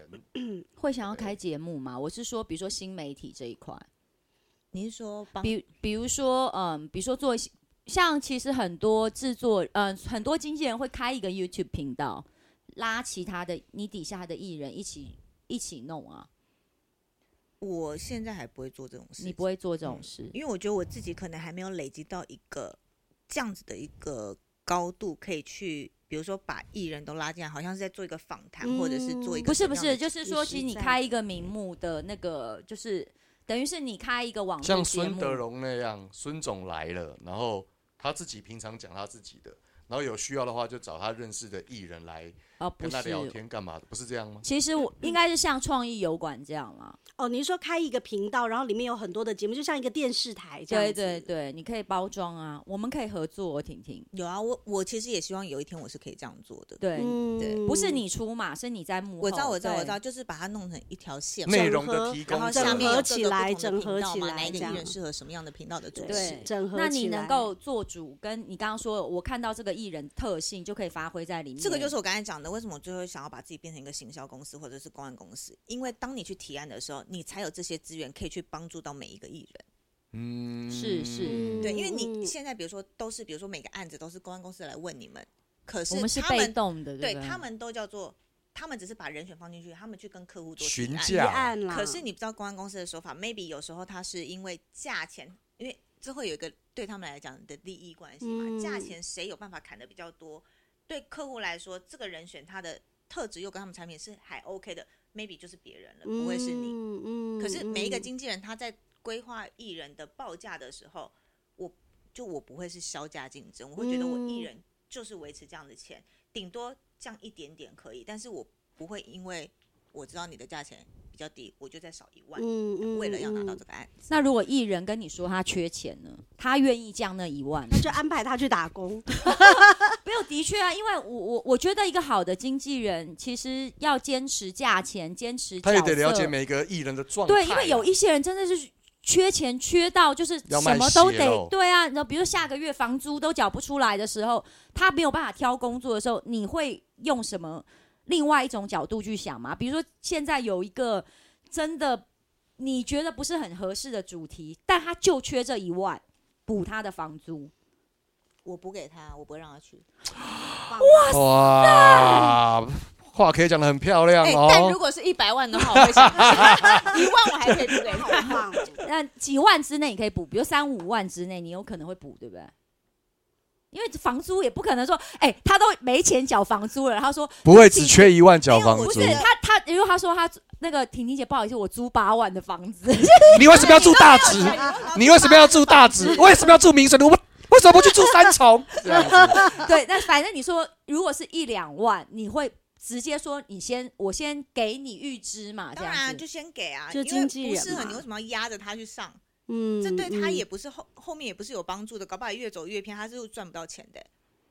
会想要开节目吗？我是说，比如说新媒体这一块。
你是说帮
比比如说，嗯，比如说做一些像其实很多制作，嗯，很多经纪人会开一个 YouTube 频道，拉其他的你底下的艺人一起一起弄啊，
我现在还不会做这种事情，
你不会做这种事。
因为我觉得我自己可能还没有累积到一个这样子的一个高度，可以去，比如说把艺人都拉进来，好像是在做一个访谈，
嗯
或者是做一个
不是
什
不
么样的
是，就是说，其实你
在
开一个名目的那个，就是等于是你开一个网
像
络节
孙
目，
德荣那样，孙总来了，然后他自己平常讲他自己的，然后有需要的话就找他认识的艺人来
啊，不
跟他聊
是。
天干嘛的，不是这样吗？
其实我应该是像创意油管这样啦，
哦，您说开一个频道，然后里面有很多的节目，就像一个电视台这样
对
子。
对对，你可以包装啊，我们可以合作，哦婷婷，
有啊，我我其实也希望有一天我是可以这样做的。
对，
嗯
不是你出马，是你在幕后，
我知
哦
道，我知道，
对
我知道，就是把它弄成一条线，
内容的提供
然后
者
整
下面
合
有
起
各个不
来
同的
整合
频道
起
嘛
来
哪一个
这
艺人
样
适合什么样的频道的主
对
持
对？
整合
那
起
你能
来
够做主，跟你刚刚说，我看到这个艺人特性就可以发挥在里面。
这个就是我刚才讲的，为什么我最后想要把自己变成一个行销公司或者是公安公司？因为当你去提案的时候，你才有这些资源可以去帮助到每一个艺人。
嗯，
是是
嗯
对，因为
嗯
你现在比如说都是，比如说每个案子都是公安公司来问你们，可是
我们是
他
被
们
动的，
对
不
他们都叫做，他们只是把人选放进去，他们去跟客户做提
询
案
提
价，
案啦。
可是你不知道公安公司的手法，maybe 有时候它是因为价钱，因为这会有一个对他们来讲的利益关系
嗯
嘛，价钱谁有办法砍的比较多，对客户来说，这个人选他的特质又跟他们产品是还 OK 的，maybe 就是别人了，不会是你。
嗯嗯
可是每一个
嗯
经纪人他在规划艺人的报价的时候，我就我不会是销价竞争，我会觉得我
嗯
艺人就是维持这样的钱，顶多降一点点可以，但是我不会因为我知道你的价钱比较低，我就再少一万，
嗯嗯
为了要拿到这
个，
个案。
那如果艺人跟你说他缺钱呢，他愿意降那一 万呢？
那就安排他去打工。
没有，的确啊，因为我我我觉得一个好的经纪人其实要坚持价钱，坚持
他也
角
得了
色
解每个艺人的状态啊。
对，因为有一些人真的是缺钱缺到就是
要卖
什么都
血肉
得对啊，那比如下个月房租都缴不出来的时候，他没有办法挑工作的时候，你会用什么另外一种角度去想吗？比如说现在有一个真的你觉得不是很合适的主题，但他就缺这一万补他的房租，
我补给他，我不会让 他去。
哇，话可以讲的很漂亮
哎、但如
哦。
果是一百万的话，我会想一万我还可以补给
好
他。
棒！
那几万之内你可以补，比如三五万之内你有可能会补，对不对？因为房租也不可能说，哎、他都没钱缴房租了，然后说
不会只缺一万缴房
因为我
租嗯
是
对，他他，如果他说他那个婷婷姐，不好意思，我租八万的房子，
你为什么要住大直？
啊
你为什么要住大直？为什么要住明水路？为什么不去住三重？这样子
对，那反正你说如果是一两万，你会直接说你先我先给你预支嘛，这
当
样
然
子。
啊就先给啊，
就
因为
经纪
不
人
适合你
嘛
为什么要压着他去上？
嗯，
这对他
嗯
也不是后后面也不是有帮助的，搞不好越走越偏，他是赚不到钱的。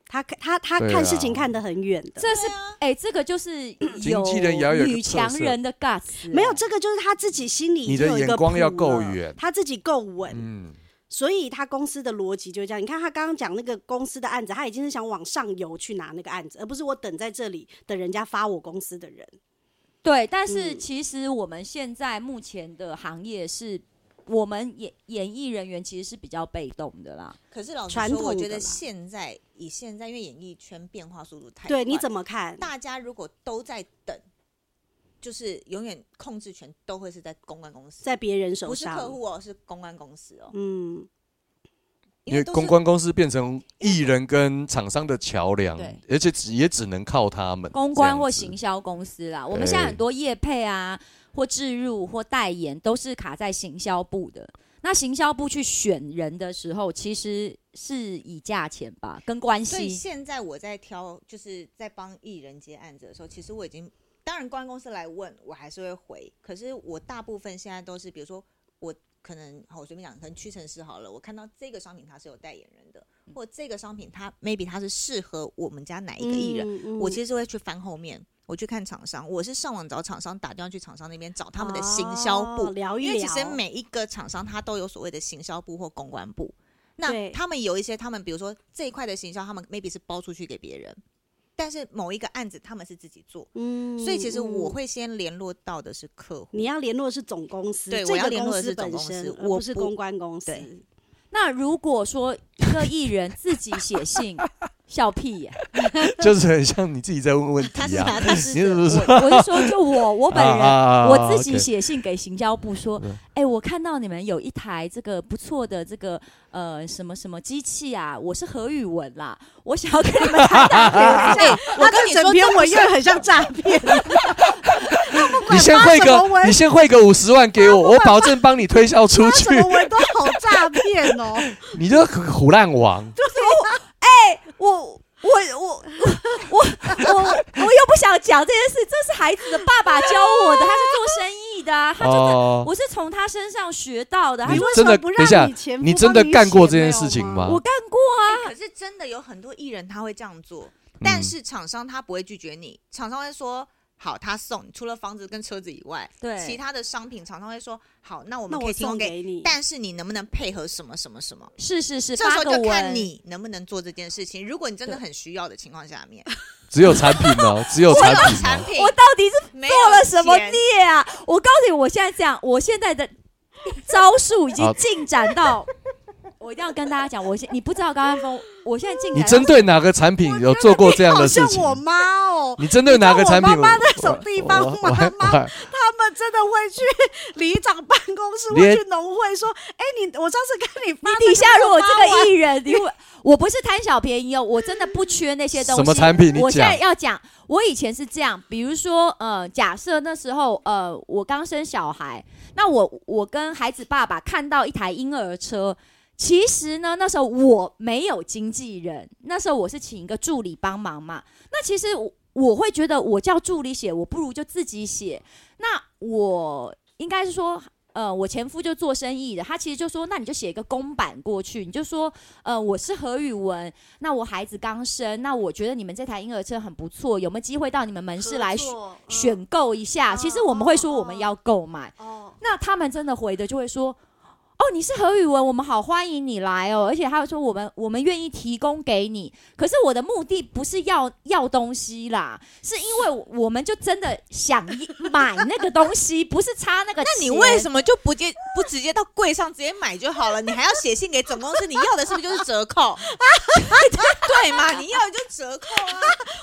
他他他
对啊
看
啦
事情看得很远的。
这是
对啊
哎、这个就是
经纪人也要有一个
女强人的 guts，
没有，这个就是他自己心里已
你的
经有一个
眼光要
谱
够
了
远
他自己够稳，
嗯，
所以他公司的逻辑就是这样。你看他刚刚讲那个公司的案子，他已经是想往上游去拿那个案子，而不是我等在这里等人家发我公司的人。
对。但是
嗯
其实我们现在目前的行业是。我们演演艺人员其实是比较被动的啦，
可是老实
传
说，我
统
觉
的
得
啦
现在以现在，因为演艺圈变化速度太
对，你
快
怎么看？
大家如果都在等，就是永远控制权都会是在公关公司，
在别人手
不是客
上，
户哦，是公关公司哦，
嗯，
因为
都是
公关公司变成艺人跟厂商的桥梁
对，
而且只也只能靠他们
公关或
这样
行
子哎
销公司啦。我们现在很多业配啊，或置入或代言，都是卡在行销部的。那行销部去选人的时候，其实是以价钱吧，跟关
所以
系。
现在我在挑，就是在帮艺人接案子的时候，其实我已经，当然公关公司来问，我还是会回。可是我大部分现在都是，比如说我可能好，我随便讲，可能屈臣氏好了，我看到这个商品它是有代言人的，或这个商品它 maybe 它是适合我们家哪一个艺人，
人
我其
实
实会去翻后面，我去看厂商，我是上网找厂商，打电话去厂商那边找他们的行销部，
哦聊一
因为其实
聊
每一个厂商它都有所谓的行销部或公关部。
对
那他们有一些，他们比如说这一块的行销，他们 maybe 是包出去给别人，但是某一个案子他们是自己做，
嗯，
所以其实我
嗯。
会先联络到的是客户。
你要联络的是总公司，
对
这
我要
个
联络的
司
是总
本
公司
身，而
我
不是
不
公关公司。
对
那如果说一个艺人自己写信， 笑屁耶、
就是很像你自己在问问
他
题
是
啊
拿，他是
你是不是
我我是说，就我我本人，
啊啊啊啊
我自己
OK
写信给行销部说
嗯，
哎、我看到你们有一台这个不错的这个呃什么什么机器啊，我是何宇文啦，我想要跟你们谈 谈哎合作。
我跟你整篇文又很像诈骗，
你先汇
发什么
个
文
你先汇个五十万给我，我保证帮你推销出
他
去
什，么文都好诈骗哦。
你就胡烂王。
我我我我我我我又不想讲这件事，这是孩子的爸爸教我的，他是做生意的、啊，他就
哦，
我是从他身上学到的，他
你
说
为什
真
么
的
不
等一下
让你前夫
你真的
帮你哦
干过这
写
件
没有
事情
吗
吗？
我干过啊，
哎可是真的有很多艺人他会这样做，
嗯
但是厂商他不会拒绝你，厂商会说好，他送除了房子跟车子以外，
对
其他的商品厂商会说好，那我
那
们可
我
以提供
送
给，
给你，
但是你能不能配合什么什么什么？
是是是，
这时
发
候
个
就看
文。
你能不能做这件事情。如果你真的很需要的情况下 面，
只有产品 哦，只有产
有
品
哎产
啊
哦。
品，
我到底是
没有
做了什么
钱
孽啊？我告诉你，我现在这样，我现在的招数已经
好
进展到，我一定要跟大家讲，我现你不知道高安峰，我现在进
你
展到
针对哪个产品有做过这样的事
好
情
像？我妈哦，
你针对哪个产品？
你知道我妈妈在什么地方
我
吗
我我还
妈
我还
他们真的会 去里长办公室，
连
会去农会说：“哎、你我上次跟你发那个
底下如果这
发
个
完
艺人，你会，我不是贪小便宜哦，我真的不缺那些东西。
什么产品你
我现在
讲
要讲，我以前是这样，比如说，呃，假设那时候，呃，我刚生小孩，那我我跟孩子爸爸看到一台婴儿车。其实呢，那时候我没有经纪人，那时候我是请一个助理帮忙嘛。那其实我我会觉得，我叫助理写，我不如就自己写。那我应该是说，呃，我前夫就做生意的，他其实就说，那你就写一个公版过去，你就说，呃，我是何宇文，那我孩子刚生，那我觉得你们这台婴儿车很不错，有没有机会到你们门市来选
合作
选购一下？
嗯
其实我们会说我们要购买，
嗯哦，
那他们真的回的就会说。哦，你是何宇文，我们好欢迎你来哦，而且他会说我们我们愿意提供给你，可是我的目的不是要要东西啦，是因为我们就真的想买那个东西，不是差那个
那你
钱
为什么就不接不直接到柜上直接买就好了？你还要写信给总公司，你要的是不是就是折 扣？对嘛？你要的就折扣啊！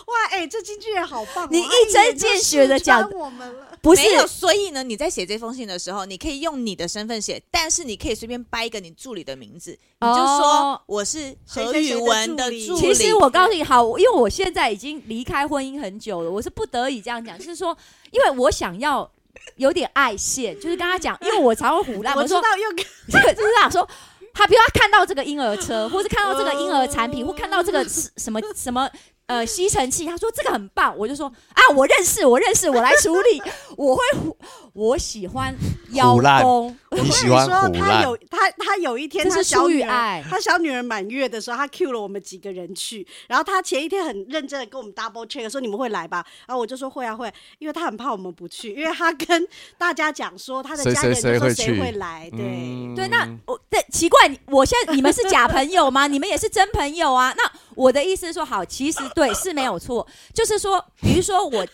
哇，哎、这经纪人好棒、哦，
你一针见血地讲
哎你就试穿我们了。
不是
没有，所以呢，你在写这封信的时候，你可以用你的身份写，但是你可以随便掰一个你助理的名字，你就
哦
说我是何宇文的
谁谁谁的
助
助
理。
理
其实我告诉你，好，因为我现在已经离开婚姻很久了，我是不得已这样讲，是说，因为我想要有点爱线，就是跟他讲，因为我常会胡乱，
我
我
知
说，
道又跟
就是想说，他比如他看到这个婴儿车，或是看到这个婴儿产品，或看到这个是什么什么。呃，吸尘器，他说这个很棒，我就说啊，我认识，我认识，我来处理，我会胡，我喜欢邀
胡乱
功，
你喜
我
欢
跟
胡
你说，他
烂
有他他有一天，
这
他
是
小
出于
女儿
爱，
他小女儿满月的时候，他 Q 了我们几个人去，然后他前一天很认真的跟我们 double check 说你们会来吧，然后我就说会啊会啊，因为他很怕我们不去，因为他跟大家讲说他的
谁
家人
谁
就
谁
说
会
谁
去
会来，对。
嗯
对，那我对奇怪，你我现在你们是假朋友吗？ 你们也是真朋友啊？那我的意思是说，好，其实对是没有错，就是说，比如说我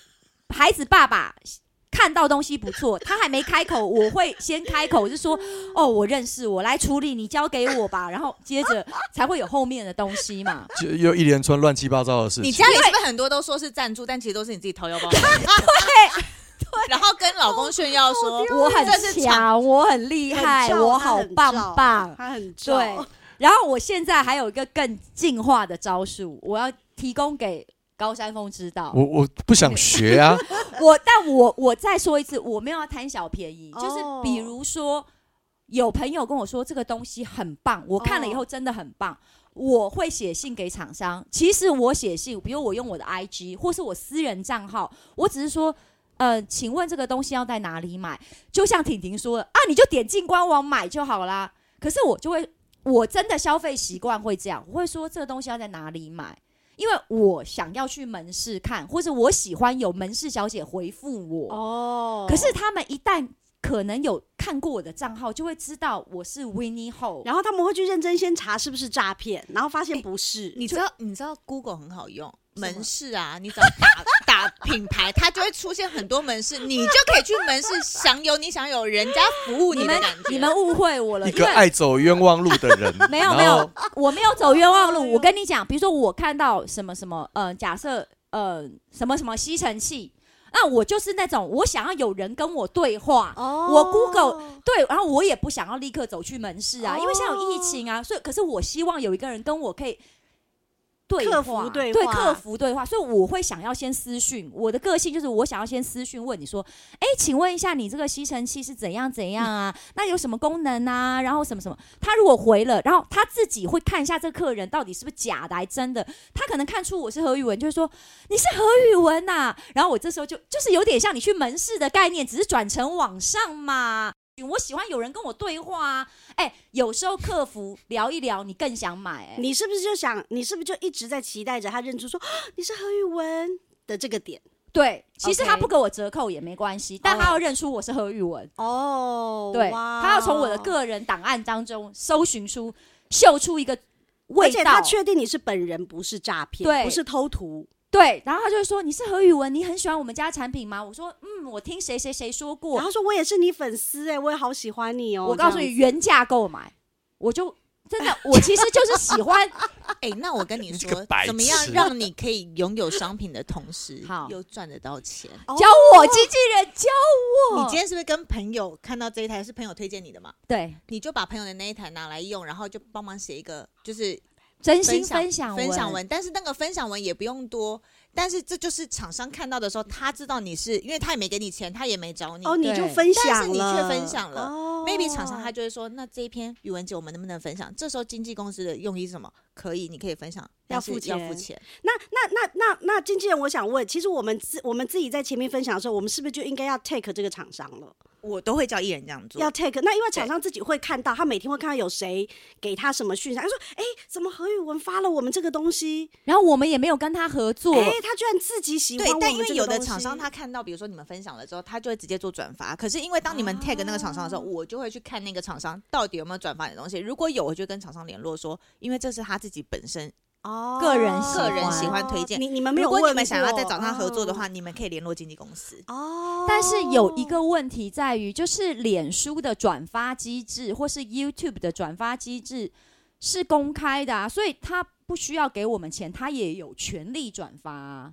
孩子爸爸看到东西不错，他还没开口，我会先开口，就说哦，我认识，我来处理，你交给我吧，然后接着才会有后面的东西 嘛。
就又一连串乱七八糟的事
你
情。
家里是不是很多都说是赞助，但其实都是你自己掏腰 包买的？对，然后跟老公炫耀
哎
说
我很
这是厂
强，我很厉害，
很照
我
他
好
很
棒
照
棒。
他很照
对，哦然后我现在还有一个更进化的招数，我要提供给高山峰知道。
我我不想学 啊，
我，但我我再说一次，我没有要贪小便宜，
哦
就是比如说，有朋友跟我说这个东西很棒，我看了以后真的很棒。我会写信给厂商。其实我写信，比如我用我的 IG 或是我私人账号，我只是说，呃，请问这个东西要在哪里买？就像婷婷说的啊，你就点进官网买就好啦。可是我就会，我真的消费习惯会这样，我会说这个东西要在哪里买，因为我想要去门市看，或者我喜欢有门市小姐回复我。
哦
可是他们一旦可能有看过我的账号，就会知道我是 Winnie Ho。
然后他们会去认真先查是不是诈骗，然后发现不是，
你知
就
道你知道 Google 很好用，
什
门
么
市啊，你只要打打品牌，它就会出现很多门市， 你就可以去门市享有你想有人家服务
你
的
们
感觉。
你们误会我了，
一
因
个
为
爱走冤枉路的人。
没有
然后
没有，我没有走冤枉路。我跟你讲，比如说我看到什么什么，呃，假设呃什么什么吸尘器，那我就是那种我想要有人跟我对话。
哦
我 Google 对，然后我也不想要立刻走去门市啊，因为现在有疫
哦
情啊，所以可是我希望有一个人跟我可以对
客
话
服对
对
话
客服对话，所以我会想要先私讯。我的个性就是我想要先私讯问你说，哎，请问一下你这个吸尘器是怎样怎样啊？那有什么功能啊？然后什么什么？他如果回了，然后他自己会看一下这个客人到底是不是假的还真的，他可能看出我是何宇文，就会说你是何宇文呐、然后我这时候就就是有点像你去门市的概念，只是转成网上嘛。我喜欢有人跟我对话啊，哎、有时候客服聊一聊，你更想买、哎，
你是不是就想，你是不是就一直在期待着他认出说啊 你是何宇文的这个点？
对，其实
OK
他不给我折扣也没关系，但他要认出我是何宇文，
哦，
对，
哇
他要从我的，个人档案当中搜寻出、嗅出一个味
而且
道
他，确定你是本人，不是诈骗，
对
不是偷图，
对，然后他就说你是何宇文，你很喜欢我们家产品吗？我说嗯，我听谁谁谁说过
然，后说我也是你粉丝哎、我也好喜欢你哦、
我告诉
这
你
样，
原价购买，我就真的我其实就是喜欢
哦
哎、那我跟你
你这
说
个白，
怎么样
痴
让你可以拥有商品的同时
好，
又赚得到钱？
哦
教我经纪人教我，
你今天是不是跟朋友看到这一台是朋友推荐你的嘛？
对
你就把朋友的那一台拿来用，然后就帮忙写一个就是
真心
分
分享
分享文，但是那个分享文也不用多，但是这就是厂商看到的时候，他知道你是因为他也没给你钱，他也没找你。
哦，你就
对
分享了，
但是你却分享了
哦
maybe 厂商他就会说，那这一篇语文姐我们能不能分享？这时候经纪公司的用意是什么？可以，你可以分享，但是
付
要
钱
付钱。
那那那那那经纪人，我想问，其实我们自我们自己在前面分享的时候，我们是不是就应该要 take 这个厂商了？
我都会叫艺人这样做，
要 take，那因为厂商自己会看到，他每天会看到有谁给他什么讯息，他说：“哎、怎么何宇文发了我们这个东西？
然后我们也没有跟他合作，
哎、他居然自己喜欢
对
我，
但
们
因为
这个
有的
东
厂商
西
他看到，比如说你们分享了之后，他就会直接做转发。可是因为当你们 tag 那个厂商的时候，我就会去看那个厂商到底有没有转发你的东西。如果有，我就跟厂商联络说，因为这是他自己本身
哦
个人喜
个人喜
欢
欢推荐。
你你呃们没
如
有
果你
问
们想要
过
再找他合作的
哦
话，你们可以联络经纪公司。
哦，
但是有一个问题在于，就是脸书的转发机制或是 YouTube 的转发机制是公开的啊，所以他不需要给我们钱，他也有权利转发啊。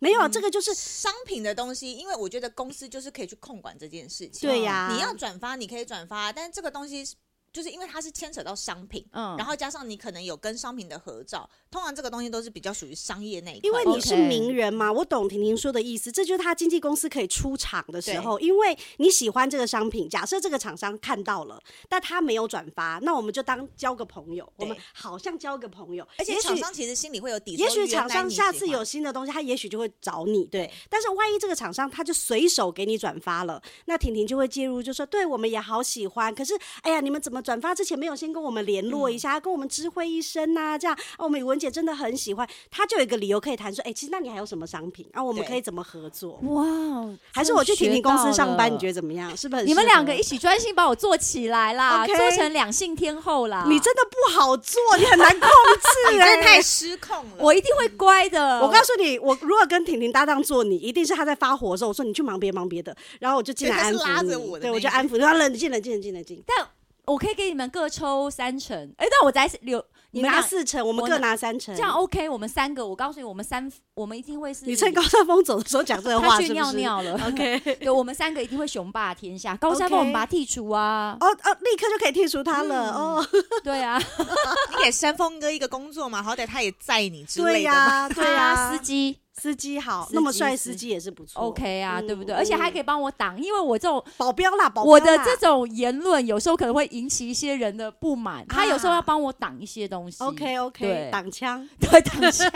没有啊，这个就是
商品的东西，因为我觉得公司就是可以去控管这件事情。
对啊呀
你要转发，你可以转发，但这个东西是就是因为它是牵扯到商品。
嗯，
然后加上你可能有跟商品的合照，通常这个东西都是比较属于商业那一块
因
的。
为你是
OK
名人嘛，我懂婷婷说的意思，这就是他经纪公司可以出场的时候，因为你喜欢这个商品，假设这个厂商看到了，但他没有转发，那我们就当交个朋友，我
对
们好像交个朋友，
而且
也许
厂商其实心里会有底，
也
说
许
原
厂
来
商
你
下
喜
次
欢
有新的东西，他也许就会找你，对
对。
但是万一这个厂商他就随手给你转发了，那婷婷就会介入，就说：“对我们也好喜欢，可是哎呀，你们怎么转发之前没有先跟我们联络一下，跟我们知会一声呐、这样、啊我们宇文姐真的很喜欢，她就有一个理由可以谈说：哎，其实那你还有什么商品啊？我们
对
可以怎么合作？
哇，哦
还是我去婷婷公司上班，你觉
得？
得怎么样？是不是很
你们
适合
两个一起专心把我做起来啦
OK
做成两性天后啦！
你真的不好做，你很难控制、
你
哎
真的太失控了。
我一定会乖的。
我告诉你，我如果跟婷婷搭档做你，一定是她在发火的时候，我说你去忙别忙别的，然后我就进来
对她
安
是
抚你，
拉着我的
对
那
我就
一种
安抚，然后冷静冷静冷静冷静，
但我可以给你们各抽三成。哎、但我才留
你
们
拿
俩
四成，我们
我
各
拿
拿三成，
这样 OK，我们三个，我告诉你，我们三我们一定会是
你趁高山峰走的时候讲这个话
他去
是不
尿
是
尿了。
？OK，
对，我们三个一定会雄霸天下。高山
OK
峰我们把它剔除 啊，
哦哦，立刻就可以剔除他
嗯
了哦，
对啊，
你给山峰哥一个工作嘛，好歹他也载你之
对
类的嘛。
呀对
啊，
呀
司，机
司机好
司，
那么
机
帅
司
司机也是不错
OK 啊，
嗯
对不对？而且还可以帮我挡，因为我这种
保镖啦，保镖
我的
啦
这种言论有时候可能会引起一些人的不满，他有时候要帮我挡一些东西。
啊 OK
对
OK 挡枪
对，挡枪、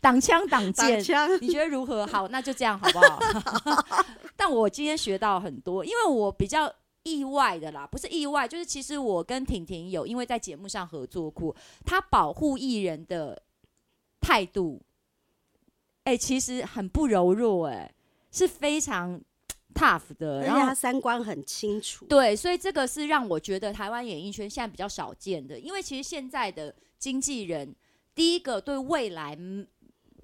挡枪、挡
挡
箭，
枪，
你觉得如何？好，那就这样好不好？ 但我今天学到很多，因为我比较意外的啦，不是意外，就是其实我跟婷婷有因为在节目上合作过，她保护艺人的态度，哎、其实很不柔弱、哎，是非常 tough 的，
而且
然后
他三观很清楚，
对，所以这个是让我觉得台湾演艺圈现在比较少见的，因为其实现在的经纪人，第一个对未来嗯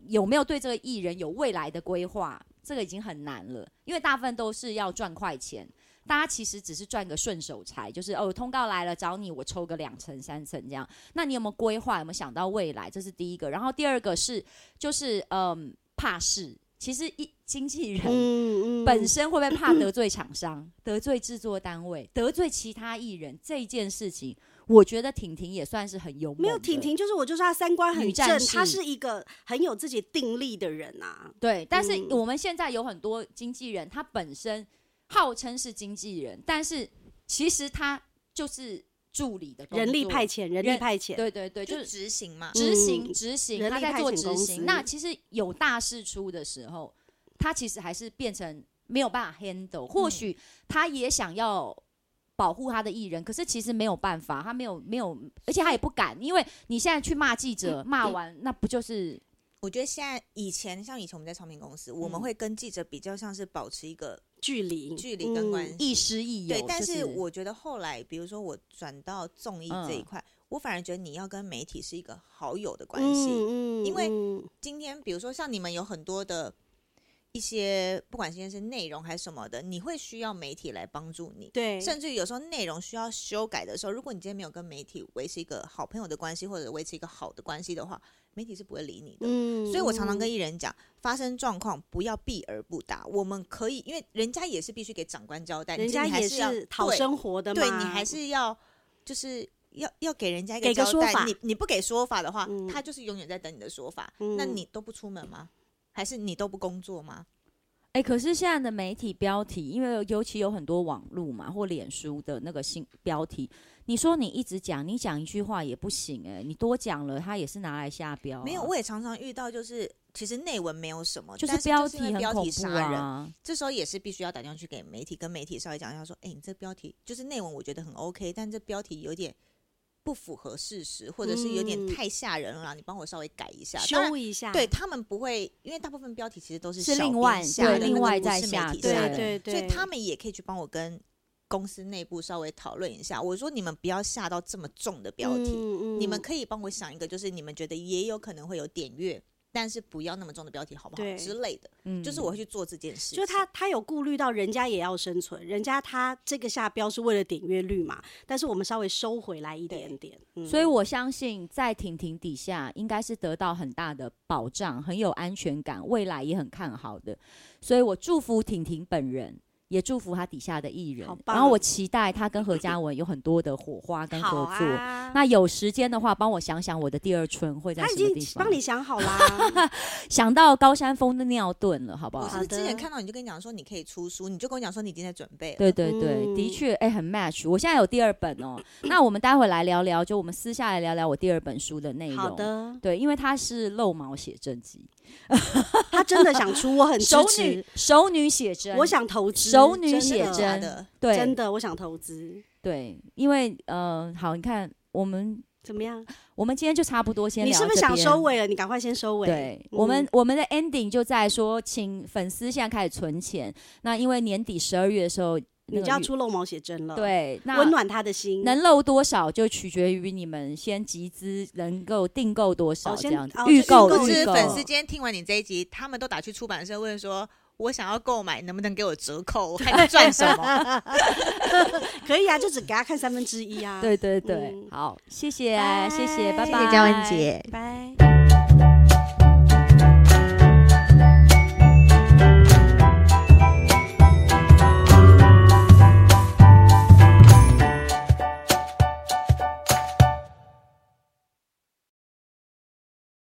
有没有对这个艺人有未来的规划，这个已经很难了，因为大部分都是要赚快钱。大家其实只是赚个顺手财，就是哦，通告来了找你，我抽个两成三成这样。那你有没有规划？有没有想到未来？这是第一个。然后第二个是，就是嗯，怕事。其实一经纪人，
嗯嗯，
本身会不会怕得罪厂商、得罪制作单位、得罪其他艺人这件事情，我觉得婷婷也算是很幽默。
没
哦
有婷，婷，就是我就说她三观
女
很
战
正，
士
她是一个很有自己定力的人啊。
对，但是
嗯
我们现在有很多经纪人，他本身号称是经纪人，但是其实他就是助理的工作
人力派，遣，人力
人
派遣，
对对对，就
就是执行嘛，
执行
嗯
执行，
人
他
力
在
派
做
遣
执
公
行。
司
那其实有大事出的时候，他其实还是变成没有办法 handle。或
嗯
许他也想要保护他的艺人，可是其实没有办法，他没有没有，而且他也不敢，因为你现在去骂记者，骂完那不就是
我觉得现在以前像以前我们在唱片公司，我们
嗯
会跟记者比较像是保持一个
距离
距离跟关
嗯
系。
亦师亦友。
对，但
就是嗯
我觉得后来，比如说我转到综艺这一块，我反而觉得你要跟媒体是一个好友的关系。
嗯嗯
因为
嗯
今天比如说像你们有很多的一些，不管现在是内容还是什么的，你会需要媒体来帮助你。
对，
甚至于有时候内容需要修改的时候，如果你今天没有跟媒体维持一个好朋友的关系，或者维持一个好的关系的话，媒体是不会理你的。
嗯
所以我常常
嗯
跟艺人讲，发生状况不要避而不答，我们可以，因为人家也是必须给长官交代，
嗯人
你今
家
天还
也
要
是讨
对
生活的嘛，
对你还是要就是要要给人家一
给个
交
说
代
法
你你不给说法的话，
嗯
他就是永远在等你的说法。那
嗯
你都不出门吗？还是你都不工作吗？
哎、可是现在的媒体标题，因为尤其有很多网络嘛或脸书的那个新标题，你说你一直讲，你讲一句话也不行哎、你多讲了，它也是拿来下
哦
标啊、
没有，我也常常遇到，就是其实内文没有什么，
就
但
是
是
标题
就是因为
很
标
恐
题
怖
杀人，
啊。
这时候也是必须要打电话去给媒体，跟媒体稍微讲一下，说，哎、你这标题就是内文，我觉得很 OK，但这标题有点。不符合事实，或者是有点
嗯
太吓人了啦，你帮我稍微改一下。当然
修一下，
对他们不会，因为大部分标题其实都是
是
小
另
编
外
下
对
的那
另
个
外
不
再
是媒
下
体
的
下
对
对
对对，
所以他们也可以去帮我跟公司内部稍微讨论一下。我说你们不要下到这么重的标题，
嗯
你们可以帮我想一个，就是你们觉得也有可能会有点阅，但是不要那么重的标题，好不
对
好？之类的，
嗯
就是我会去做这件事情。
就他他有顾虑到人家也要生存，人家他这个下标是为了点阅率嘛，但是我们稍微收回来一点点，嗯
所以我相信，在婷婷底下应该是得到很大的保障，很有安全感，未来也很看好的。所以我祝福婷婷本人，也祝福她底下的艺人
好。棒
然后
哦
我期待她跟何嘉文有很多的火花跟合
好
作。
啊，
那有时间的话，帮我想想我的第二春会在
他已
什么地
经
方
帮。你想好啦，
想到高山峰的尿遁了，好不
我
好
是？
好
不是之前
的
看到你就跟你讲说你可以出书，你就跟我讲说你已经在准备了。
对对对，
嗯
的确，哎、很 match。我现在有第二本哦，那我们待会来聊聊，就我们私下来聊聊我第二本书的内容。
好的，
对，因为它是漏毛写真集，
他真的想出，我很支
熟女
持，
熟女写真，
我想投资，
熟女
真
写
的
假
真，
的，
对
真的我想投资，
对，因为呃，好，你看我们
怎么样？
我们今天就差不多先
你
聊
是不是
这
想
边
收？尾了？你赶快先收尾，
对，
嗯
我们我们的 ending 就在说，请粉丝现在开始存钱。那因为年底十二月的时候，那
你
个
就要
月
出漏毛写真了，，
对，那
温暖他的心，
能漏多少就取决于你们先集资能够订购多少
哦
这
先
样子
哦，
预
就是
购
购
不
预
知
购。
粉丝今天听完你这一集，他们都打去出版社问说：“我想要购买，能不能给我折扣？我看你赚什么
可以啊，就只给他看三分之一啊，
对对对，
嗯
好，谢谢
拜
谢谢，拜？”拜，
姐。
拜。